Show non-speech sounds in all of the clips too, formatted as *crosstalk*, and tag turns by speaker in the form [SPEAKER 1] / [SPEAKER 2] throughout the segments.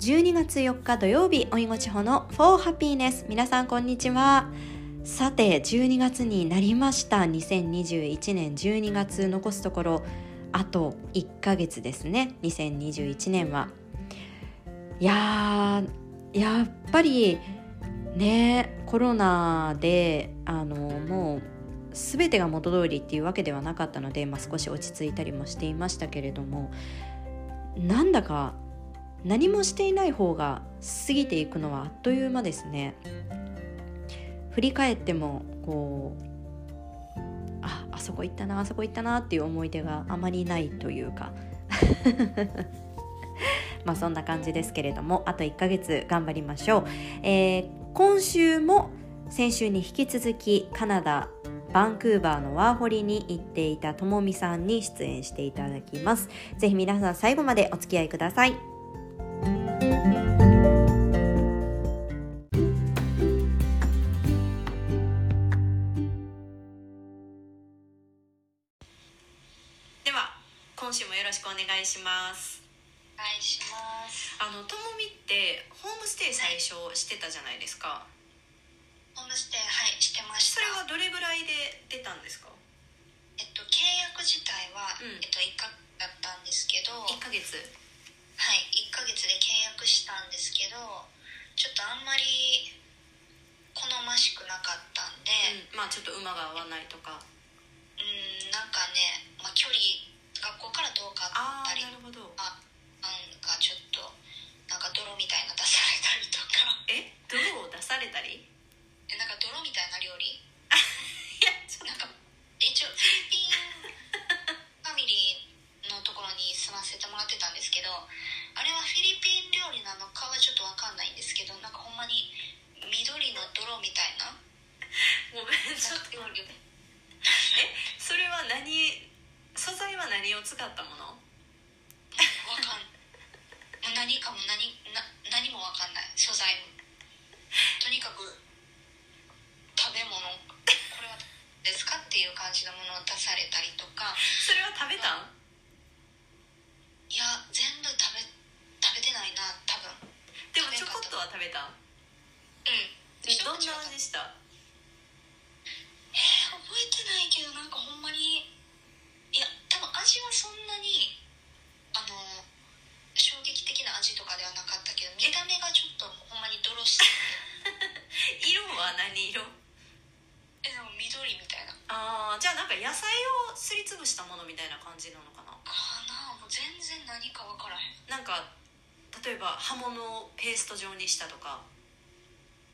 [SPEAKER 1] 12月4日土曜日おいごちほの For Happiness 皆さんこんにちはさて12月になりました2021年12月残すところあと1ヶ月ですね2021年はいやーやっぱりねコロナであのもう全てが元通りっていうわけではなかったので、まあ、少し落ち着いたりもしていましたけれどもなんだか何もしていない方が過ぎていくのはあっという間ですね。振り返ってもこうああそこ行ったなあそこ行ったなっていう思い出があまりないというか *laughs* まあそんな感じですけれどもあと1ヶ月頑張りましょう、えー今週も先週に引き続きカナダバンクーバーのワーホリに行っていたともみさんに出演していただきますぜひ皆さん最後までお付き合いくださいでは今週もよろしくお願いします
[SPEAKER 2] お願いします
[SPEAKER 1] あのともみってホームステイ最初してたじゃないですか、
[SPEAKER 2] ホームステイはいしてまし
[SPEAKER 1] そ
[SPEAKER 2] た
[SPEAKER 1] れはどれぐらいで出たんですか
[SPEAKER 2] えっと契約自体は、
[SPEAKER 1] うん
[SPEAKER 2] えっと1かだったんですけどは
[SPEAKER 1] 1
[SPEAKER 2] い
[SPEAKER 1] ヶ月
[SPEAKER 2] 1ヶ月で契約したんですけどちょっとあんまり好ましくなかったんで
[SPEAKER 1] うん、まあちょっと馬が合わないとか
[SPEAKER 2] うんなんかね、まあ、距離学校から遠か
[SPEAKER 1] あ
[SPEAKER 2] っ
[SPEAKER 1] あ
[SPEAKER 2] たり
[SPEAKER 1] なるほど
[SPEAKER 2] あなんかちょっとなんか泥みたいな出されたりとか
[SPEAKER 1] え泥を出されたりい
[SPEAKER 2] えなんか泥みたいな料理
[SPEAKER 1] やちょっ
[SPEAKER 2] なんか一応フィリピンファミリーのところに住ませてもらってたんですけどあれはフィリピン料理なのかはちょっとわかんないんですけどなんかほんまに緑の泥みたいな
[SPEAKER 1] とごめん *laughs* ちょっと
[SPEAKER 2] 料理
[SPEAKER 1] それは何素材は何を使ったもの
[SPEAKER 2] わかんもう何かも何な何もわかんない素材もとにかく食べ物これはですかっていう感じのものを出されたりとか
[SPEAKER 1] それは食べたん
[SPEAKER 2] いや全部食べ食べてないな多分
[SPEAKER 1] でもちょこっとは食べたん
[SPEAKER 2] うん
[SPEAKER 1] えどんな味した
[SPEAKER 2] えー覚えてないけどなんかほんまにいや多分味はそんなにあの衝撃的な味とかではなかったけど見た目がちょっとほんまにドロス
[SPEAKER 1] 色は何色
[SPEAKER 2] *laughs* えでも緑みたいな
[SPEAKER 1] ああじゃあなんか野菜をすりつぶしたものみたいな感じなのかな
[SPEAKER 2] かなもう全然何か分からへん
[SPEAKER 1] なんか例えば葉物をペースト状にしたとか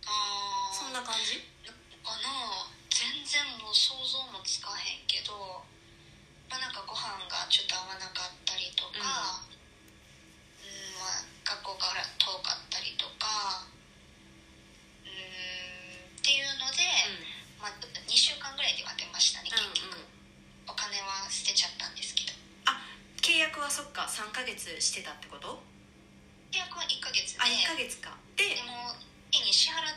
[SPEAKER 2] あ
[SPEAKER 1] そん
[SPEAKER 2] な
[SPEAKER 1] な感じ
[SPEAKER 2] かな全然もう想像もつかへんけどまあなんかご飯がちょっと合わなかったりとか、うんまあ、学校から遠かったりとかうんっていうので、
[SPEAKER 1] う
[SPEAKER 2] まあ、2週間ぐらいでは出ましたね
[SPEAKER 1] ん、
[SPEAKER 2] 結
[SPEAKER 1] うん
[SPEAKER 2] 局、
[SPEAKER 1] うん
[SPEAKER 2] お金は捨てちゃったんですけど
[SPEAKER 1] 契約はそっか3ヶ月してたってこと
[SPEAKER 2] 契約は1ヶ月で
[SPEAKER 1] あ1ヶ月かで
[SPEAKER 2] でも家に支払っ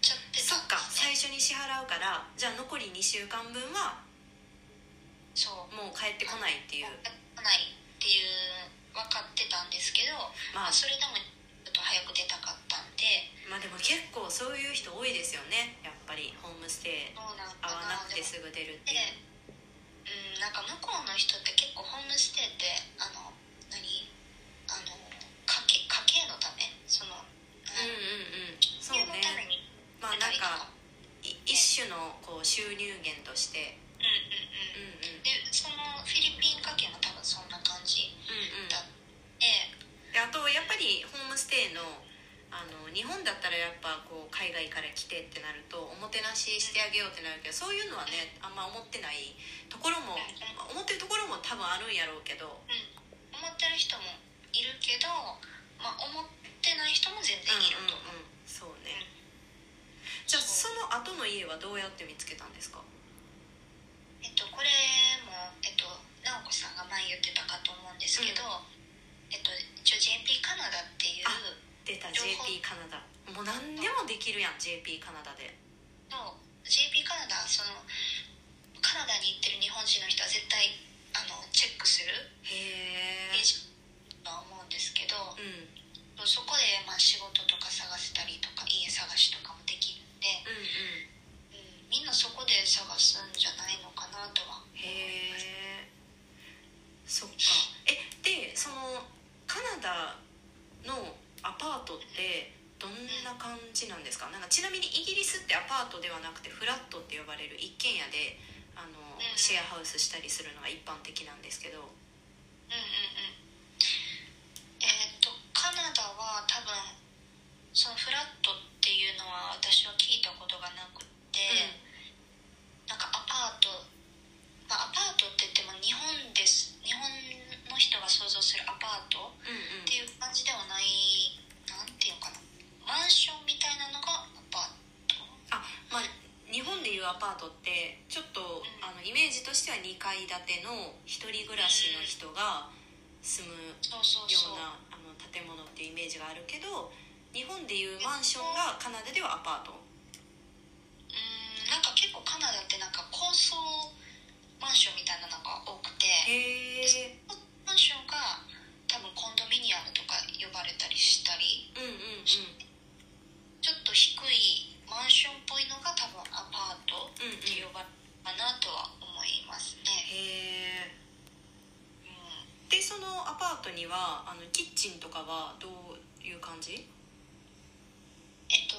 [SPEAKER 2] ちゃって
[SPEAKER 1] そ
[SPEAKER 2] た
[SPEAKER 1] っか
[SPEAKER 2] んですね
[SPEAKER 1] 最初に支払うからじゃあ残り2週間分は
[SPEAKER 2] そう
[SPEAKER 1] もう帰ってこないっていう
[SPEAKER 2] 来ないっていう分かってたんですけど、
[SPEAKER 1] ま
[SPEAKER 2] ま
[SPEAKER 1] あ
[SPEAKER 2] あ、それでもちょっと早く出たかったんで
[SPEAKER 1] まあでも結構そういう人多いですよねやっぱりホームステイ
[SPEAKER 2] どうなん
[SPEAKER 1] 合
[SPEAKER 2] か
[SPEAKER 1] わ
[SPEAKER 2] な
[SPEAKER 1] なくてすぐ出るって
[SPEAKER 2] で
[SPEAKER 1] いう
[SPEAKER 2] うんなんか向こうの人って結構ホームステイってあの何あの家計家計のためそ
[SPEAKER 1] う
[SPEAKER 2] の、
[SPEAKER 1] んうん
[SPEAKER 2] うん、
[SPEAKER 1] うんそう
[SPEAKER 2] 家のため
[SPEAKER 1] ね
[SPEAKER 2] に
[SPEAKER 1] まあ
[SPEAKER 2] 出
[SPEAKER 1] な
[SPEAKER 2] た
[SPEAKER 1] ん
[SPEAKER 2] りと
[SPEAKER 1] か
[SPEAKER 2] か
[SPEAKER 1] い一種のこう収入源として
[SPEAKER 2] うん
[SPEAKER 1] うん
[SPEAKER 2] うんう
[SPEAKER 1] うん
[SPEAKER 2] ん
[SPEAKER 1] うん
[SPEAKER 2] でそのフィリピン家計も多分そんな感じ
[SPEAKER 1] うん
[SPEAKER 2] だで
[SPEAKER 1] であとやっぱりホームステイのあの日本だったらやっぱこう海外から来てってなるとおもてなししてあげようってなるけどそういうのはねあんま思ってないところもまあ思ってるところも多分あるんやろうけど、
[SPEAKER 2] 思ってる人もいるけど、まあ、思ってない人も全然いると思う、
[SPEAKER 1] うんうんうんそうねじゃあその後の家はどうやって見つけたんですか
[SPEAKER 2] えっと、これも、えっと、直子さんが前言ってたかと思うんですけど、えっと、一応 JP カナダっていう
[SPEAKER 1] あ出た
[SPEAKER 2] 両方
[SPEAKER 1] JP カナダもう何でもできるやん JP カナダで
[SPEAKER 2] の JP カナダはそのカナダに行ってる日本人の人は絶対あのチェックする
[SPEAKER 1] へえ
[SPEAKER 2] ページだとは思うんですけど
[SPEAKER 1] うん
[SPEAKER 2] そこで
[SPEAKER 3] ちなんですかなんかちなみにイギリスってアパートではなくてフラットって呼ばれる一軒家であの
[SPEAKER 2] うん
[SPEAKER 3] シェアハウスしたりするのが一般的なんですけど
[SPEAKER 2] うんうんうんえっとカナダは多分そのフラットっていうのは私は聞いたことがなくて、なんかアパート、まあ、アパートって言っても日本です日本の人が想像するアパート
[SPEAKER 3] うん
[SPEAKER 2] っ
[SPEAKER 3] うん
[SPEAKER 2] ていう感じではないなんていうのかなマンションみたいなのがアパート
[SPEAKER 3] あまあ日本でいうアパートってちょっ
[SPEAKER 2] ん
[SPEAKER 3] とあのイメージとしては2階建ての一人暮らしの人が住むよ
[SPEAKER 2] そうそうそう
[SPEAKER 3] うなあの建物っていうイメージがあるけど日本でいうマンションがカナダではアパート
[SPEAKER 2] うんなんか結構カナダってなんか高層マンションみたいなのが多くて
[SPEAKER 3] へえ
[SPEAKER 2] マンションが多分コンドミニアムとか呼ばれたりしたり
[SPEAKER 3] うんうんうん
[SPEAKER 2] ちょっと低いマンションっぽいのが多分アパート
[SPEAKER 3] うんう
[SPEAKER 2] って
[SPEAKER 3] ん
[SPEAKER 2] 呼ばれるかなとは思いますね、
[SPEAKER 3] へえ
[SPEAKER 2] うん、
[SPEAKER 3] でそのアパートにはあのキッチンとかはどういう感じ
[SPEAKER 2] えっと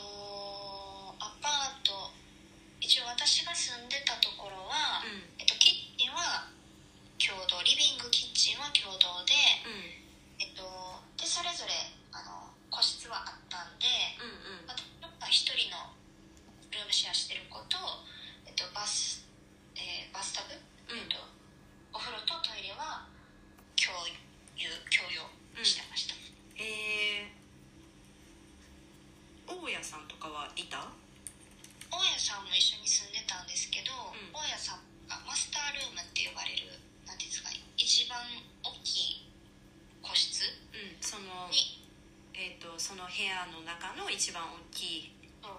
[SPEAKER 2] アパート一応私が住んでたところは、
[SPEAKER 3] う
[SPEAKER 2] えっと、キッチンは共同リビングキッチンは共同で、
[SPEAKER 3] んうん
[SPEAKER 2] えっと、でそれぞれあの個室はあったんで、
[SPEAKER 3] うんうん
[SPEAKER 2] まあ、一人のルームシェアしてる子と、えっと、バス、えーバスタブ、
[SPEAKER 3] う
[SPEAKER 2] えっ
[SPEAKER 3] ん
[SPEAKER 2] と、お風呂とトイレは共有共用
[SPEAKER 3] うん
[SPEAKER 2] してました、
[SPEAKER 3] へえ大家さんとかはいた
[SPEAKER 2] 大家さんも一緒に住んでたんですけど、
[SPEAKER 3] ん
[SPEAKER 2] 大家さんがマスタールームって呼ばれるなんていうんですかね一番大きい個室
[SPEAKER 3] うん、その、
[SPEAKER 2] に
[SPEAKER 3] えー、とその部屋の中の一番大きい、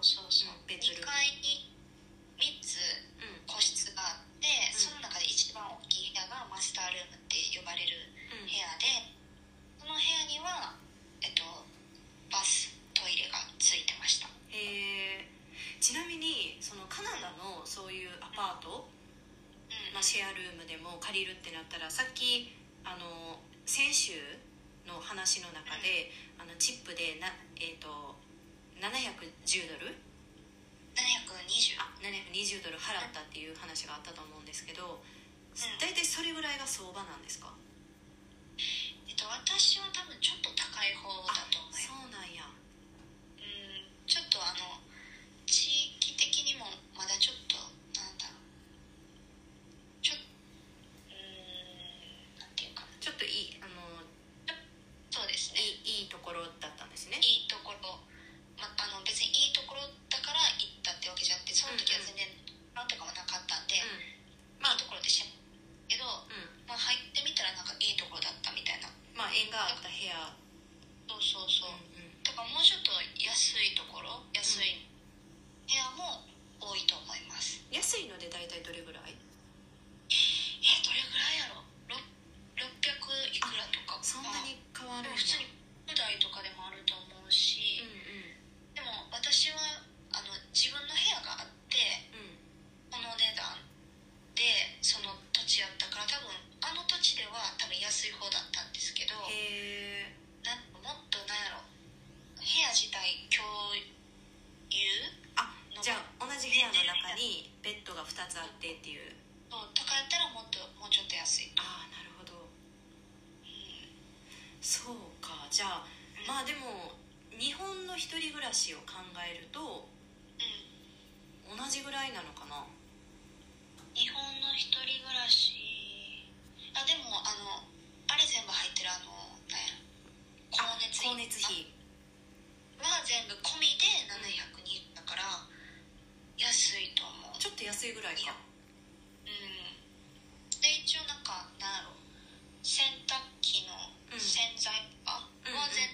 [SPEAKER 2] そうそうそう
[SPEAKER 3] うんベッドル
[SPEAKER 2] 2
[SPEAKER 3] ーム
[SPEAKER 2] 階に3つ
[SPEAKER 3] うん、うん
[SPEAKER 2] 個室があって、
[SPEAKER 3] ん
[SPEAKER 2] その中で一番大きい部屋がマスタールームって呼ばれる部屋でその部屋には、えっと、バストイレがついてました
[SPEAKER 3] えーちなみにそのカナダのそういうアパート、
[SPEAKER 2] うん
[SPEAKER 3] まあ、シェアルームでも借りるってなったらさっきあの先週の話の中で、あのチップでな、えー、と710ドル
[SPEAKER 2] 720
[SPEAKER 3] あ720ドル払ったっていう話があったと思うんですけど大体それぐらいが相場なんですか
[SPEAKER 2] えっと私は多分ちょっと高い方だと思います
[SPEAKER 3] そうなんや
[SPEAKER 2] うんちょっとあの地域的にもまだちょっとなんだろうちょっうんなんていうかな
[SPEAKER 3] ちょっといいあの
[SPEAKER 2] そうですね
[SPEAKER 3] いいいいところだったんですね
[SPEAKER 2] いいところ、まあ、あの別にいいところだから行ったってわけじゃなくてその時は全然なんとかもなかったんで、
[SPEAKER 3] うん、ま
[SPEAKER 2] まあ、いい
[SPEAKER 3] あ
[SPEAKER 2] ところでしたけど、
[SPEAKER 3] う
[SPEAKER 2] まあ、入ってみたらなんかいいところだったみたいなそ
[SPEAKER 3] ん、まあ縁があった部屋
[SPEAKER 2] うそうそう
[SPEAKER 3] う
[SPEAKER 2] だからもうちょっと安いところ安い部屋も多いと思います、
[SPEAKER 3] ん、安いので大体どれぐらい
[SPEAKER 2] えーどれぐらいやろろ600いくらとか
[SPEAKER 3] そんなに変
[SPEAKER 2] まあ
[SPEAKER 3] わるん
[SPEAKER 2] で
[SPEAKER 3] や
[SPEAKER 2] も普通に普代とかでもあると思うし
[SPEAKER 3] う、ん
[SPEAKER 2] でも私はあの自分の部屋があって
[SPEAKER 3] うんうん
[SPEAKER 2] この値段でその土地やったから多分あの土地では多分安い方だったんですけど
[SPEAKER 3] へえ
[SPEAKER 2] なもっとなんやろ部屋自体共有
[SPEAKER 3] あ
[SPEAKER 2] の
[SPEAKER 3] じゃあ同じ部屋の中にベッドが2つあってっていう
[SPEAKER 2] そうとかやったらもっともうちょっと安い、
[SPEAKER 3] ああなるほど
[SPEAKER 2] うん、
[SPEAKER 3] そうかじゃあまあでも日本の一人暮らしを考えると
[SPEAKER 2] うん
[SPEAKER 3] 同じぐらいなのかな
[SPEAKER 2] 日本の一人暮らしあでもあのあれ全部入ってるあのなんや光
[SPEAKER 3] あ
[SPEAKER 2] 熱費
[SPEAKER 3] 光熱費
[SPEAKER 2] は全部込みで720だから安いと思う
[SPEAKER 3] ちょっと安いぐらいか
[SPEAKER 2] うんで一応なんかなんやろ洗濯機の
[SPEAKER 3] うん
[SPEAKER 2] 洗剤とか
[SPEAKER 3] うん
[SPEAKER 2] は全、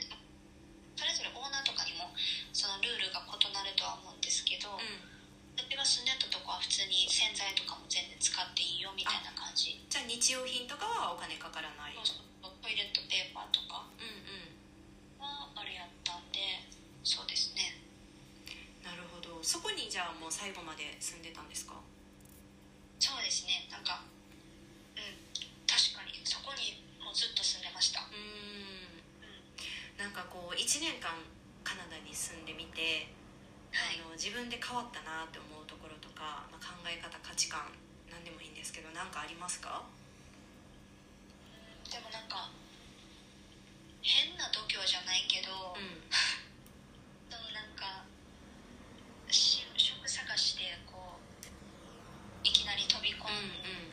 [SPEAKER 2] それぞれオーナーとかにもそのルールが異なるとは思うんですけど、
[SPEAKER 3] うん
[SPEAKER 2] 私が住んでたとこは普通に洗剤とかも全然使っていいよみたいな感じ
[SPEAKER 3] じゃあ日用品とかはお金かからない
[SPEAKER 2] そうそうトイレットペーパーとか
[SPEAKER 3] うんうん
[SPEAKER 2] はあれやったんでそうですね
[SPEAKER 3] なるほどそこにじゃあもう最後まで住んでたんですか
[SPEAKER 2] そうですねなんかうん確かにそこにもうずっと住んでました
[SPEAKER 3] うーんなんかこう1年間カナダに住んでみて
[SPEAKER 2] はい
[SPEAKER 3] あの自分で変わったなって思うところとか、まあ、考え方価値観何でもいいんですけど何かありますか
[SPEAKER 2] でもなんか変な度胸じゃないけど、
[SPEAKER 3] うん
[SPEAKER 2] でもなんかし職探しでこういきなり飛び込ん
[SPEAKER 3] うん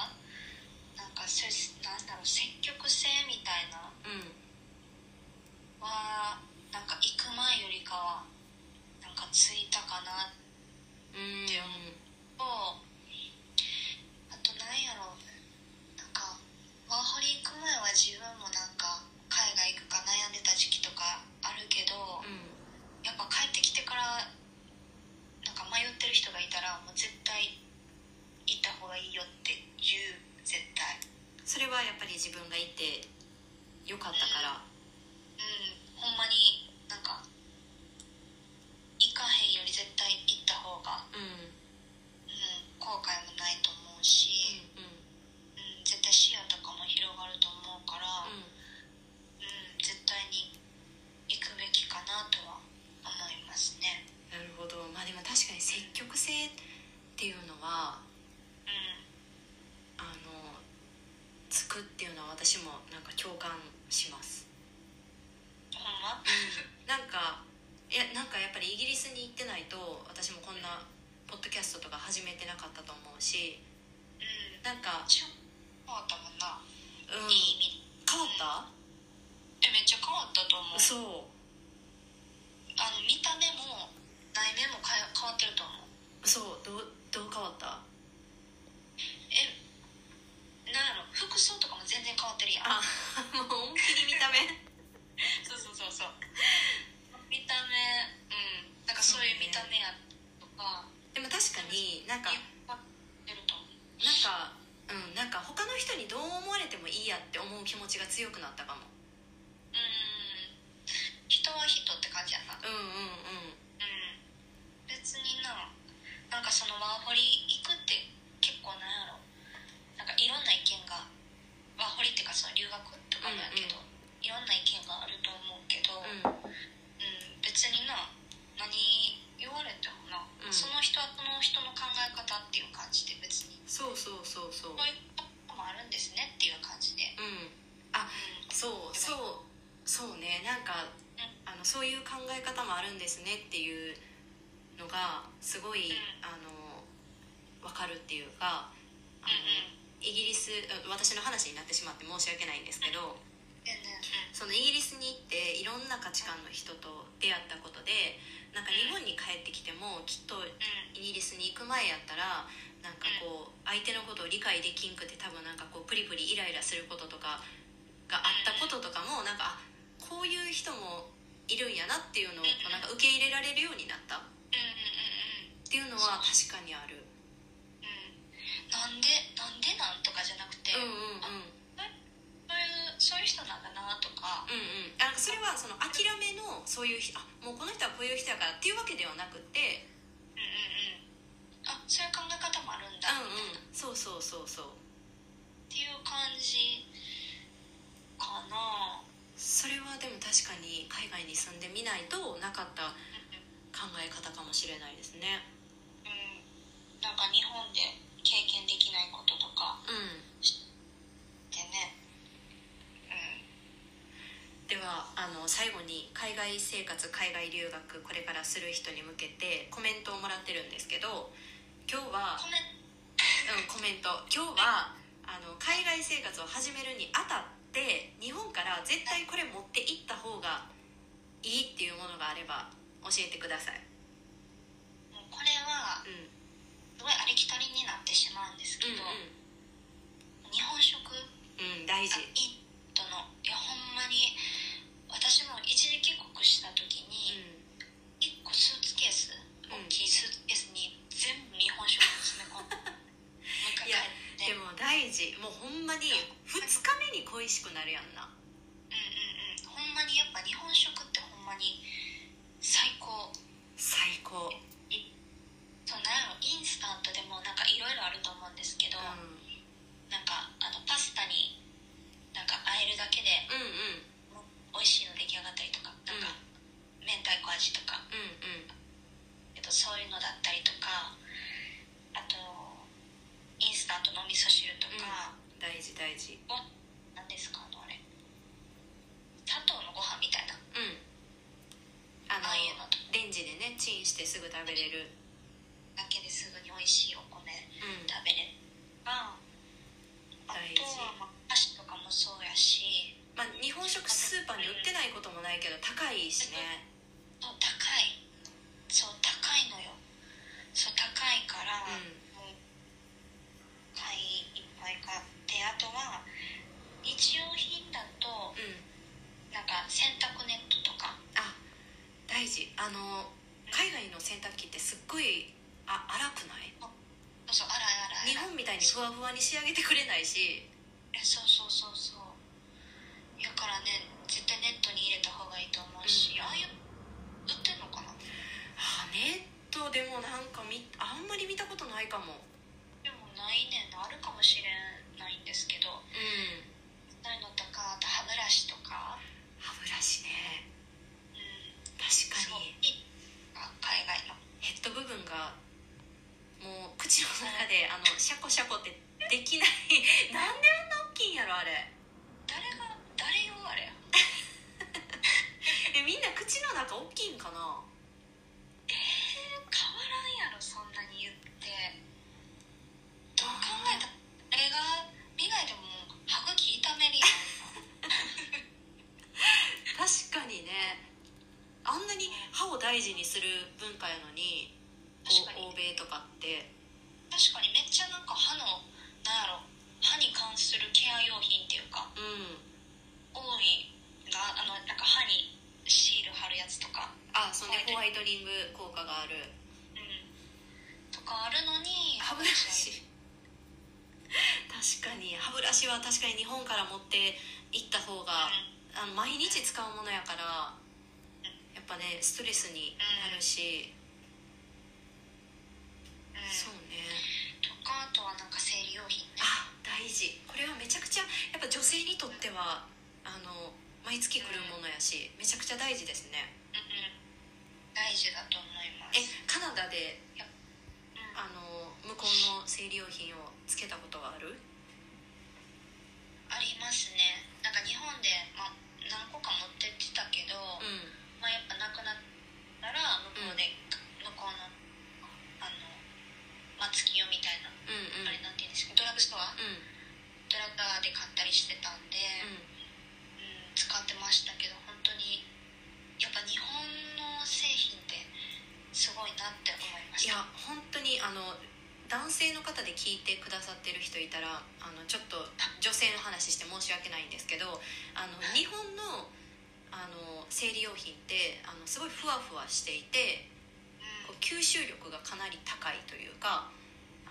[SPEAKER 2] で、なんかそういうなんだろう積極性みたいな
[SPEAKER 3] うんうん
[SPEAKER 2] はなんか行く前よりかはなんかついたかな
[SPEAKER 3] うん
[SPEAKER 2] とあとなんやろなんかワーホリ行く前は自分もなんか海外行くか悩んでた時期とかあるけど、
[SPEAKER 3] う
[SPEAKER 2] やっぱ帰ってきてからなんか迷ってる人がいたらもう絶対行った方がいいよって言う絶対
[SPEAKER 3] んそれはやっぱり自分がいてよかったから
[SPEAKER 2] うんほんまになんか行かへんより絶対行った方が、
[SPEAKER 3] うんうん
[SPEAKER 2] うん、後悔もないと思うし、うん、絶対視野とかも広がると思うから、うん
[SPEAKER 3] う
[SPEAKER 2] 絶対に行くべきかなとは思いますね
[SPEAKER 3] んなるほどまあでも確かに積極性っていうのは
[SPEAKER 2] うん
[SPEAKER 3] あのつくっていうのは私もなんか共感します *laughs*
[SPEAKER 2] ほんま
[SPEAKER 3] なんかいやなんかやっぱりイギリスに行ってないと私もこんなポッドキャストとか始めてなかったと思うし
[SPEAKER 2] うん
[SPEAKER 3] なんか
[SPEAKER 2] ちょ変わったもんな、
[SPEAKER 3] うん
[SPEAKER 2] いい意味
[SPEAKER 3] 変わった、
[SPEAKER 2] えめっちゃ変わったと思う
[SPEAKER 3] そ
[SPEAKER 2] あの見た目も内面もかえ変わってると思う
[SPEAKER 3] うそうどうどう変わった *laughs*
[SPEAKER 2] えなんやろ服装とかも全然変わってるやん
[SPEAKER 3] あもう思いっきり見た目 *laughs*
[SPEAKER 2] そうそうそうそう見た目うんなんかそういう見た目やとか
[SPEAKER 3] でも確かになんか
[SPEAKER 2] やっぱ出ると思う
[SPEAKER 3] なんかうんなんか他の人にどう思われてもいいやって思う気持ちが強くなったかも
[SPEAKER 2] うん人は人って感じやなうん
[SPEAKER 3] うんうん
[SPEAKER 2] 別にななんかそのワーホリ行くって結構なんやろなんかいろんな意見がワーホリっていうかその留学とかもやけど、いろんな意見があると思うけど、
[SPEAKER 3] うんう
[SPEAKER 2] う
[SPEAKER 3] ん
[SPEAKER 2] ん、別にな何言われてもな、
[SPEAKER 3] うん
[SPEAKER 2] その人はその人の考え方っていう感じで別に
[SPEAKER 3] そうそうそうそう
[SPEAKER 2] こういうこともあるんですねっていう感じで、
[SPEAKER 3] う
[SPEAKER 2] う
[SPEAKER 3] ん
[SPEAKER 2] ん、
[SPEAKER 3] そうそうそうねなんかあのそういう考え方もあるんですねっていうのがすごい
[SPEAKER 2] うん
[SPEAKER 3] あの分かるっていうかあの
[SPEAKER 2] う
[SPEAKER 3] イギリスあ私の話になってしまって申し訳ないんですけ
[SPEAKER 2] ん
[SPEAKER 3] ど
[SPEAKER 2] 全然
[SPEAKER 3] そのイギリスに行っていろんな価値観の人と出会ったことでなんか日本に帰ってきてもきっと
[SPEAKER 2] うん
[SPEAKER 3] イギリスに行く前やったらなんかこう相手のことを理解できんくて多分なんかこうプリプリイライラすることとかがあったこととかもなんかあこういう人もいるんやなっていうのをこうなんか受け入れられるようになった
[SPEAKER 2] うん
[SPEAKER 3] っ
[SPEAKER 2] うん
[SPEAKER 3] ていうのは確かにある
[SPEAKER 2] うんうんうんなんでなんでなんとかじゃなくて、
[SPEAKER 3] うんうんうん
[SPEAKER 2] そういうそういう人なんだなとか
[SPEAKER 3] うんうんなんかそれはその諦めのそういう人あもうこの人はこういう人やからっていうわけではなくて
[SPEAKER 2] うんうんうんあそういう考え方もあるんだみたいなっ
[SPEAKER 3] うんうんそうそうそうそう
[SPEAKER 2] ていう感じかな
[SPEAKER 3] それはでも確かに海外に住んでみないとなかった考え方かもしれないですね
[SPEAKER 2] うんなんか日本で経験できないこととか
[SPEAKER 3] うん
[SPEAKER 2] でねうん
[SPEAKER 3] ではあの最後に海外生活海外留学これからする人に向けてコメントをもらってるんですけど今日は、
[SPEAKER 2] コメン
[SPEAKER 3] うん、コメント今日はあの海外生活を始めるにあたって日本から絶対これ持って行った方がいいっていうものがあれば教えてください、
[SPEAKER 2] もうこれは
[SPEAKER 3] うん、
[SPEAKER 2] すごいありきたりになってしまうんですけ
[SPEAKER 3] うん
[SPEAKER 2] ど、日本食が
[SPEAKER 3] うんうん
[SPEAKER 2] イ
[SPEAKER 3] 大事
[SPEAKER 2] ンドのいやほんまに私も一時帰国した時
[SPEAKER 3] う
[SPEAKER 2] に
[SPEAKER 3] ん
[SPEAKER 2] 1個スーツケース
[SPEAKER 3] う
[SPEAKER 2] 大
[SPEAKER 3] ん
[SPEAKER 2] きいスーツケースに全部日本食を詰め込ん
[SPEAKER 3] *laughs*
[SPEAKER 2] でもう一回帰って
[SPEAKER 3] でも大事もうほんまに2日目に恋しくなるやんな
[SPEAKER 2] うんうんうんほんまにやっぱ日本食ってほんまに最高
[SPEAKER 3] 最高
[SPEAKER 2] そうなんやろインスタントでもなんかいろいろあると思うんですけど、
[SPEAKER 3] う
[SPEAKER 2] なんかあのパスタになんか和えるだけで
[SPEAKER 3] んうんうん
[SPEAKER 2] もう美味しいの出来上がったりとかなんか、明太子味とか
[SPEAKER 3] うん大事
[SPEAKER 2] なんですかあのあれ砂糖のご飯みたいな
[SPEAKER 3] うんあの
[SPEAKER 2] ああいうの
[SPEAKER 3] レンジでねチンしてすぐ食べれる
[SPEAKER 2] だけですぐに美味しいお米
[SPEAKER 3] うん
[SPEAKER 2] 食べれるああ
[SPEAKER 3] 大
[SPEAKER 2] と
[SPEAKER 3] 事
[SPEAKER 2] はまあ箸とかもそうやし
[SPEAKER 3] まあ日本食スーパーに売ってないこともないけど高いしね
[SPEAKER 2] そう高いそう高いのよそう高いから、
[SPEAKER 3] うん
[SPEAKER 2] もうはいいっぱい買ってあとは日用品だと
[SPEAKER 3] うん
[SPEAKER 2] なんか洗濯ネットとか
[SPEAKER 3] あ大事あの海外の洗濯機ってすっごいあ粗くない
[SPEAKER 2] そうそうあらあらあら
[SPEAKER 3] 日本みたいにふわふわに仕上げてくれないし
[SPEAKER 2] えそうそうそうそうだからね絶対ネットに入れた方がいいと思うし、
[SPEAKER 3] うん
[SPEAKER 2] ああいう売ってんのかな
[SPEAKER 3] あネットでもなんかみあんまり見たことないかも
[SPEAKER 2] でもないねんなあるかもしれないんですけど
[SPEAKER 3] うん
[SPEAKER 2] そういうのとかあと歯ブラシとか
[SPEAKER 3] 歯ブラシね
[SPEAKER 2] うん
[SPEAKER 3] 確
[SPEAKER 2] す
[SPEAKER 3] か
[SPEAKER 2] ごいいい
[SPEAKER 3] に
[SPEAKER 2] あ海外の
[SPEAKER 3] ヘッド部分がもう口の中であのシャコシャコってできない *laughs* なんであんな大きいんやろあれ
[SPEAKER 2] 誰が誰よあれ
[SPEAKER 3] えみんな口の中大きいんかな
[SPEAKER 2] えー、変わらんやろそんなに言ってどう考えたらあれが未来でも歯茎痛めるやん
[SPEAKER 3] 確かにねあんなに歯を大事にする文化やのに
[SPEAKER 2] 確かに
[SPEAKER 3] お欧米とかって
[SPEAKER 2] 確かにめっちゃなんか歯のなんやろ歯に関するケア用品っていうか
[SPEAKER 3] うん
[SPEAKER 2] 多いなあのなんか歯にシール貼るやつとか
[SPEAKER 3] あそうねホ
[SPEAKER 2] ホ
[SPEAKER 3] ワ
[SPEAKER 2] ワ
[SPEAKER 3] イトリング効果がある
[SPEAKER 2] うんとかあるのに
[SPEAKER 3] 歯ブラシ確かに歯ブラシは確かに日本から持って行った方
[SPEAKER 2] う
[SPEAKER 3] が
[SPEAKER 2] ん
[SPEAKER 3] あの毎日使うものやからやっぱねストレスになる
[SPEAKER 2] う
[SPEAKER 3] し、
[SPEAKER 2] ん
[SPEAKER 3] そうね
[SPEAKER 2] とかあとはなんか生理用品ね
[SPEAKER 3] あ大事これはめちゃくちゃやっぱ女性にとってはあの毎月来るものやしめちゃくちゃ大事ですね
[SPEAKER 2] うんうん大事だと思いま
[SPEAKER 3] え
[SPEAKER 2] す
[SPEAKER 3] カナダで
[SPEAKER 2] うん
[SPEAKER 3] あの向こうの生理用品をつけたことはある
[SPEAKER 2] ありますねなんか日本で、まあ、何個か持ってってたけど、
[SPEAKER 3] ん
[SPEAKER 2] まあ、やっぱなくなったら向こうで、向こうのあの松清みたいな、
[SPEAKER 3] うんうん
[SPEAKER 2] あれなんて言うんですかドラッグストア、
[SPEAKER 3] うん
[SPEAKER 2] ドラッガーで買ったりしてたんで、うん、
[SPEAKER 3] う
[SPEAKER 2] 使ってましたけど本当にやっぱ日本の製品ってすごいなって思いま
[SPEAKER 3] んい
[SPEAKER 2] し
[SPEAKER 3] や
[SPEAKER 2] た
[SPEAKER 3] 本当にあの男性の方で聞いてくださってる人いたらあのちょっと女性の話して申し訳ないんですけどあの日本のあの生理用品ってあのすごいふわふわしていて
[SPEAKER 2] うん
[SPEAKER 3] こう吸収力がかなり高いというか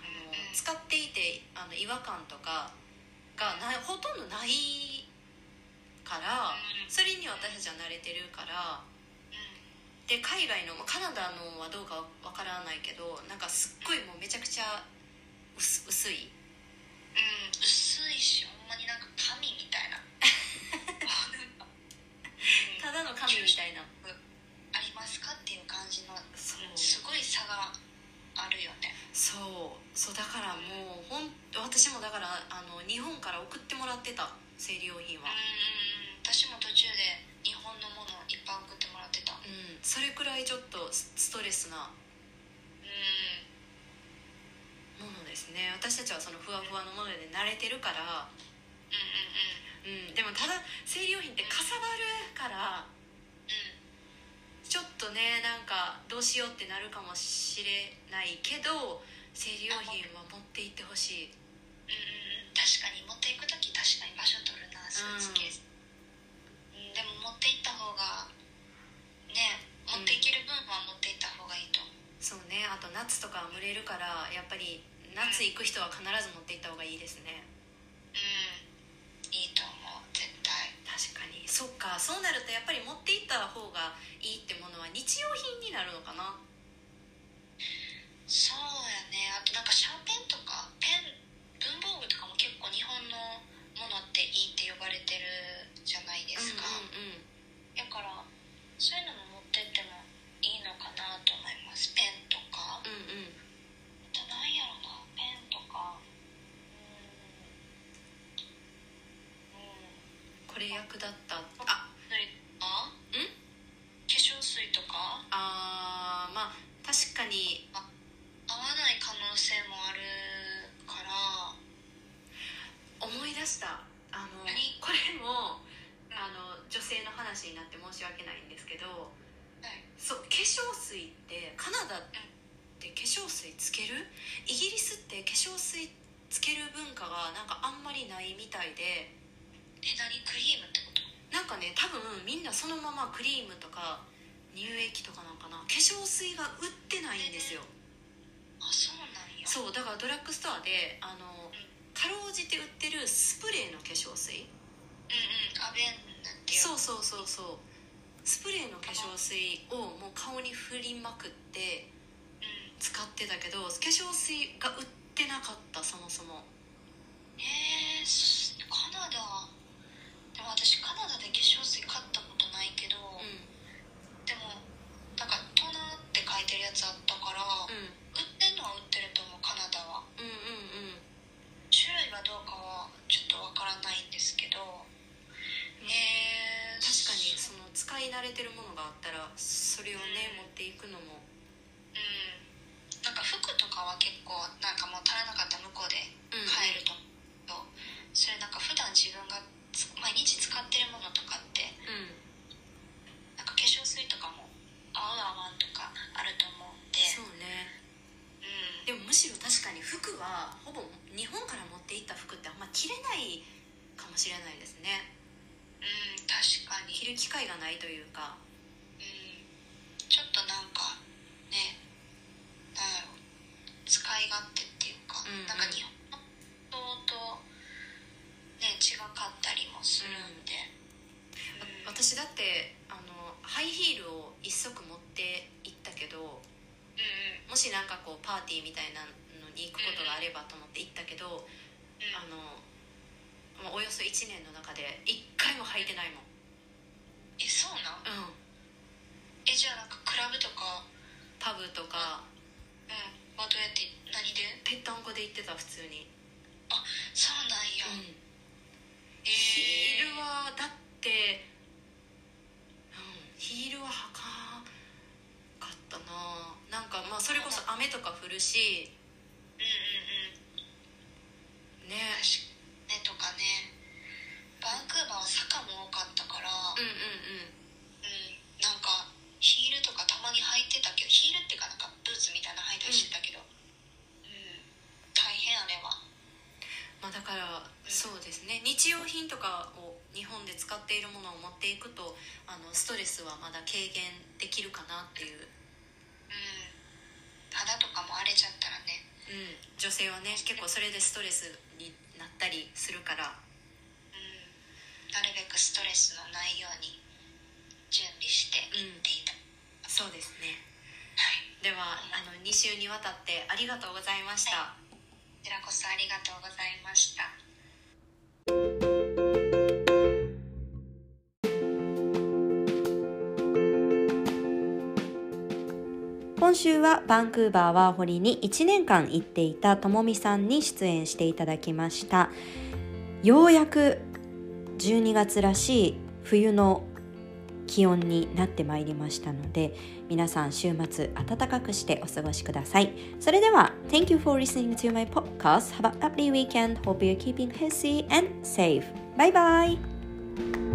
[SPEAKER 3] あの使っていてあの違和感とかがないほとんどないか
[SPEAKER 2] う
[SPEAKER 3] ら
[SPEAKER 2] ん
[SPEAKER 3] それに私たちは慣れてるから
[SPEAKER 2] うん
[SPEAKER 3] で海外のまあカナダのはどうかわからないけどなんかすっごいもうめちゃくちゃ薄薄い
[SPEAKER 2] うん、薄いしほんまになんか紙みた
[SPEAKER 3] *laughs*
[SPEAKER 2] いな *laughs* もうなんかうん
[SPEAKER 3] ただの紙みたいな
[SPEAKER 2] ありますかっていう感じの
[SPEAKER 3] そう
[SPEAKER 2] すごい差があるよね
[SPEAKER 3] そうそうだからもうほん私もだからあの日本から送ってもらってた生理用品
[SPEAKER 2] うん
[SPEAKER 3] は
[SPEAKER 2] うんうん私も途中で日本のものをいっぱい送ってもらってたうん
[SPEAKER 3] うんそれくらいちょっとスストレスなものですね私たちはそのふわふわのもので慣れてるから、
[SPEAKER 2] うんうん
[SPEAKER 3] うん、でもただ生理用品ってかさばるから
[SPEAKER 2] う
[SPEAKER 3] ちょっとねなんかどうしようってなるかもしれないけど生理用品は持って行ってほし
[SPEAKER 2] ん
[SPEAKER 3] い、
[SPEAKER 2] うんうんうん確かに持っていく時確かに場所取るなスーツケース、うん、でも持っていった方がね持っていける分は持っていった方がいいと思う
[SPEAKER 3] そうねあと夏とかは蒸れるからやっぱり夏行く人は必ず持って行った方がいいですね
[SPEAKER 2] うんいいと思う絶対
[SPEAKER 3] 確かにそっかそうなるとやっぱり持って行った方がいいってものは日用品になるのかな
[SPEAKER 2] そうやねあとなんかシャーペンとかペン文房具とかも結構日本のものっていいって呼ばれてるじゃないですか、
[SPEAKER 3] うんうんうん
[SPEAKER 2] だからそういうのも持ってってもいいのかなと思いますペンとかあ
[SPEAKER 3] うんうん
[SPEAKER 2] となんやろなペンとかうん
[SPEAKER 3] れ役だった
[SPEAKER 2] あ
[SPEAKER 3] あん
[SPEAKER 2] 化粧水とか
[SPEAKER 3] あーまあ確かに
[SPEAKER 2] 合わない可能性もあるから
[SPEAKER 3] 思い出したあの
[SPEAKER 2] はい
[SPEAKER 3] これもあの女性の話になって申し訳ないんですけど
[SPEAKER 2] はい
[SPEAKER 3] そう化粧水ってカナダって化粧水つけるイギリスって化粧水つける文化がなんかあんまりないみたいで
[SPEAKER 2] え何クリームってこと
[SPEAKER 3] なんかね多分みんなそのままクリームとか乳液とかなんかな化粧水が売ってないんですよ
[SPEAKER 2] あそうなんや
[SPEAKER 3] そうだからドラッグストアであのかろうじて売ってるスプレーの化粧水
[SPEAKER 2] うんうんアベンっていう
[SPEAKER 3] そうそうそうそうスプレーの化粧水をもう顔に振りまくって
[SPEAKER 2] うん
[SPEAKER 3] 使ってたけど化粧水が売ってなかったそもそも
[SPEAKER 2] えーすカナダでも私カナダで化粧水買ったことないけど、
[SPEAKER 3] うん
[SPEAKER 2] でもなんか「トナー」って書いてるやつあったから、
[SPEAKER 3] うん
[SPEAKER 2] 売ってんのは売ってると思うカナダは
[SPEAKER 3] うんうんうん
[SPEAKER 2] 種類はどうかはちょっとわからないんですけどえー、
[SPEAKER 3] 確かにその使い慣れてるものがあったらそれをね持っていくのも
[SPEAKER 2] うんなんか服とかは結構なんかもう足らなかったら向こうで
[SPEAKER 3] うん
[SPEAKER 2] 買えると思うけど、それなんか普段自分がつ毎日使ってるものとかって
[SPEAKER 3] うん
[SPEAKER 2] なんか化粧水とかも合う合わんとかあると思うんで
[SPEAKER 3] そうね
[SPEAKER 2] うん
[SPEAKER 3] でもむしろ確かに服はほぼ日本から持っていった服ってあんま着れないかもしれないですね
[SPEAKER 2] うん確かに
[SPEAKER 3] 着る機会がないというか
[SPEAKER 2] うんちょっとなんかねなんやろ使い勝手っていうか、
[SPEAKER 3] うんうん
[SPEAKER 2] なんか日本とね違かったりもするんで、うん、うん
[SPEAKER 3] 私だってあのハイヒールを一足持って行ったけど
[SPEAKER 2] う
[SPEAKER 3] もしなんかこうパーティーみたいなのに行くことがあればと思って行ったけど
[SPEAKER 2] ん
[SPEAKER 3] あのまあおよそ1年の中で1回も履いてないもん
[SPEAKER 2] えそうなん
[SPEAKER 3] うん
[SPEAKER 2] えじゃあなんかクラブとか、
[SPEAKER 3] パブとか
[SPEAKER 2] うん、はどうやって何で
[SPEAKER 3] ぺったんこで行ってた普通に
[SPEAKER 2] そうなんや、え
[SPEAKER 3] ヒール
[SPEAKER 2] ー、
[SPEAKER 3] はだって、うん、ヒールは履かんかったななんかまあそれこそ雨とか降るし
[SPEAKER 2] うんうんうん
[SPEAKER 3] ね
[SPEAKER 2] 確かねとかねバンクーバーは坂も多かったから、
[SPEAKER 3] うんうん
[SPEAKER 2] うんなんかヒールとかたまに履いてたけどヒールっていうかなんかブーツみたいなの履いたりしてたけど、うん大変あれは
[SPEAKER 3] うんまあだからそうですね日用品とかを日本で使っているものを持っていくとあのストレスはまだ軽減できるかなってい
[SPEAKER 2] う
[SPEAKER 3] う、
[SPEAKER 2] ん肌とかも荒れちゃったらね
[SPEAKER 3] うん、女性はね結構それでストレスになったりするから
[SPEAKER 2] うんなるべくストレスのないように準備していっていた、
[SPEAKER 3] そうですね
[SPEAKER 2] はい
[SPEAKER 3] ではあの2週にわたってありがとうございました、
[SPEAKER 2] こちらこそありがとうございました
[SPEAKER 1] 今週はバンクーバーワーホリに1年間行っていたともみさんに出演していただきましたようやく12月らしい冬の気温になってまいりましたので皆さん週末暖かくしてお過ごしくださいそれでは Thank you for listening to my podcast Have a lovely weekend Hope you're keeping healthy and safe Bye bye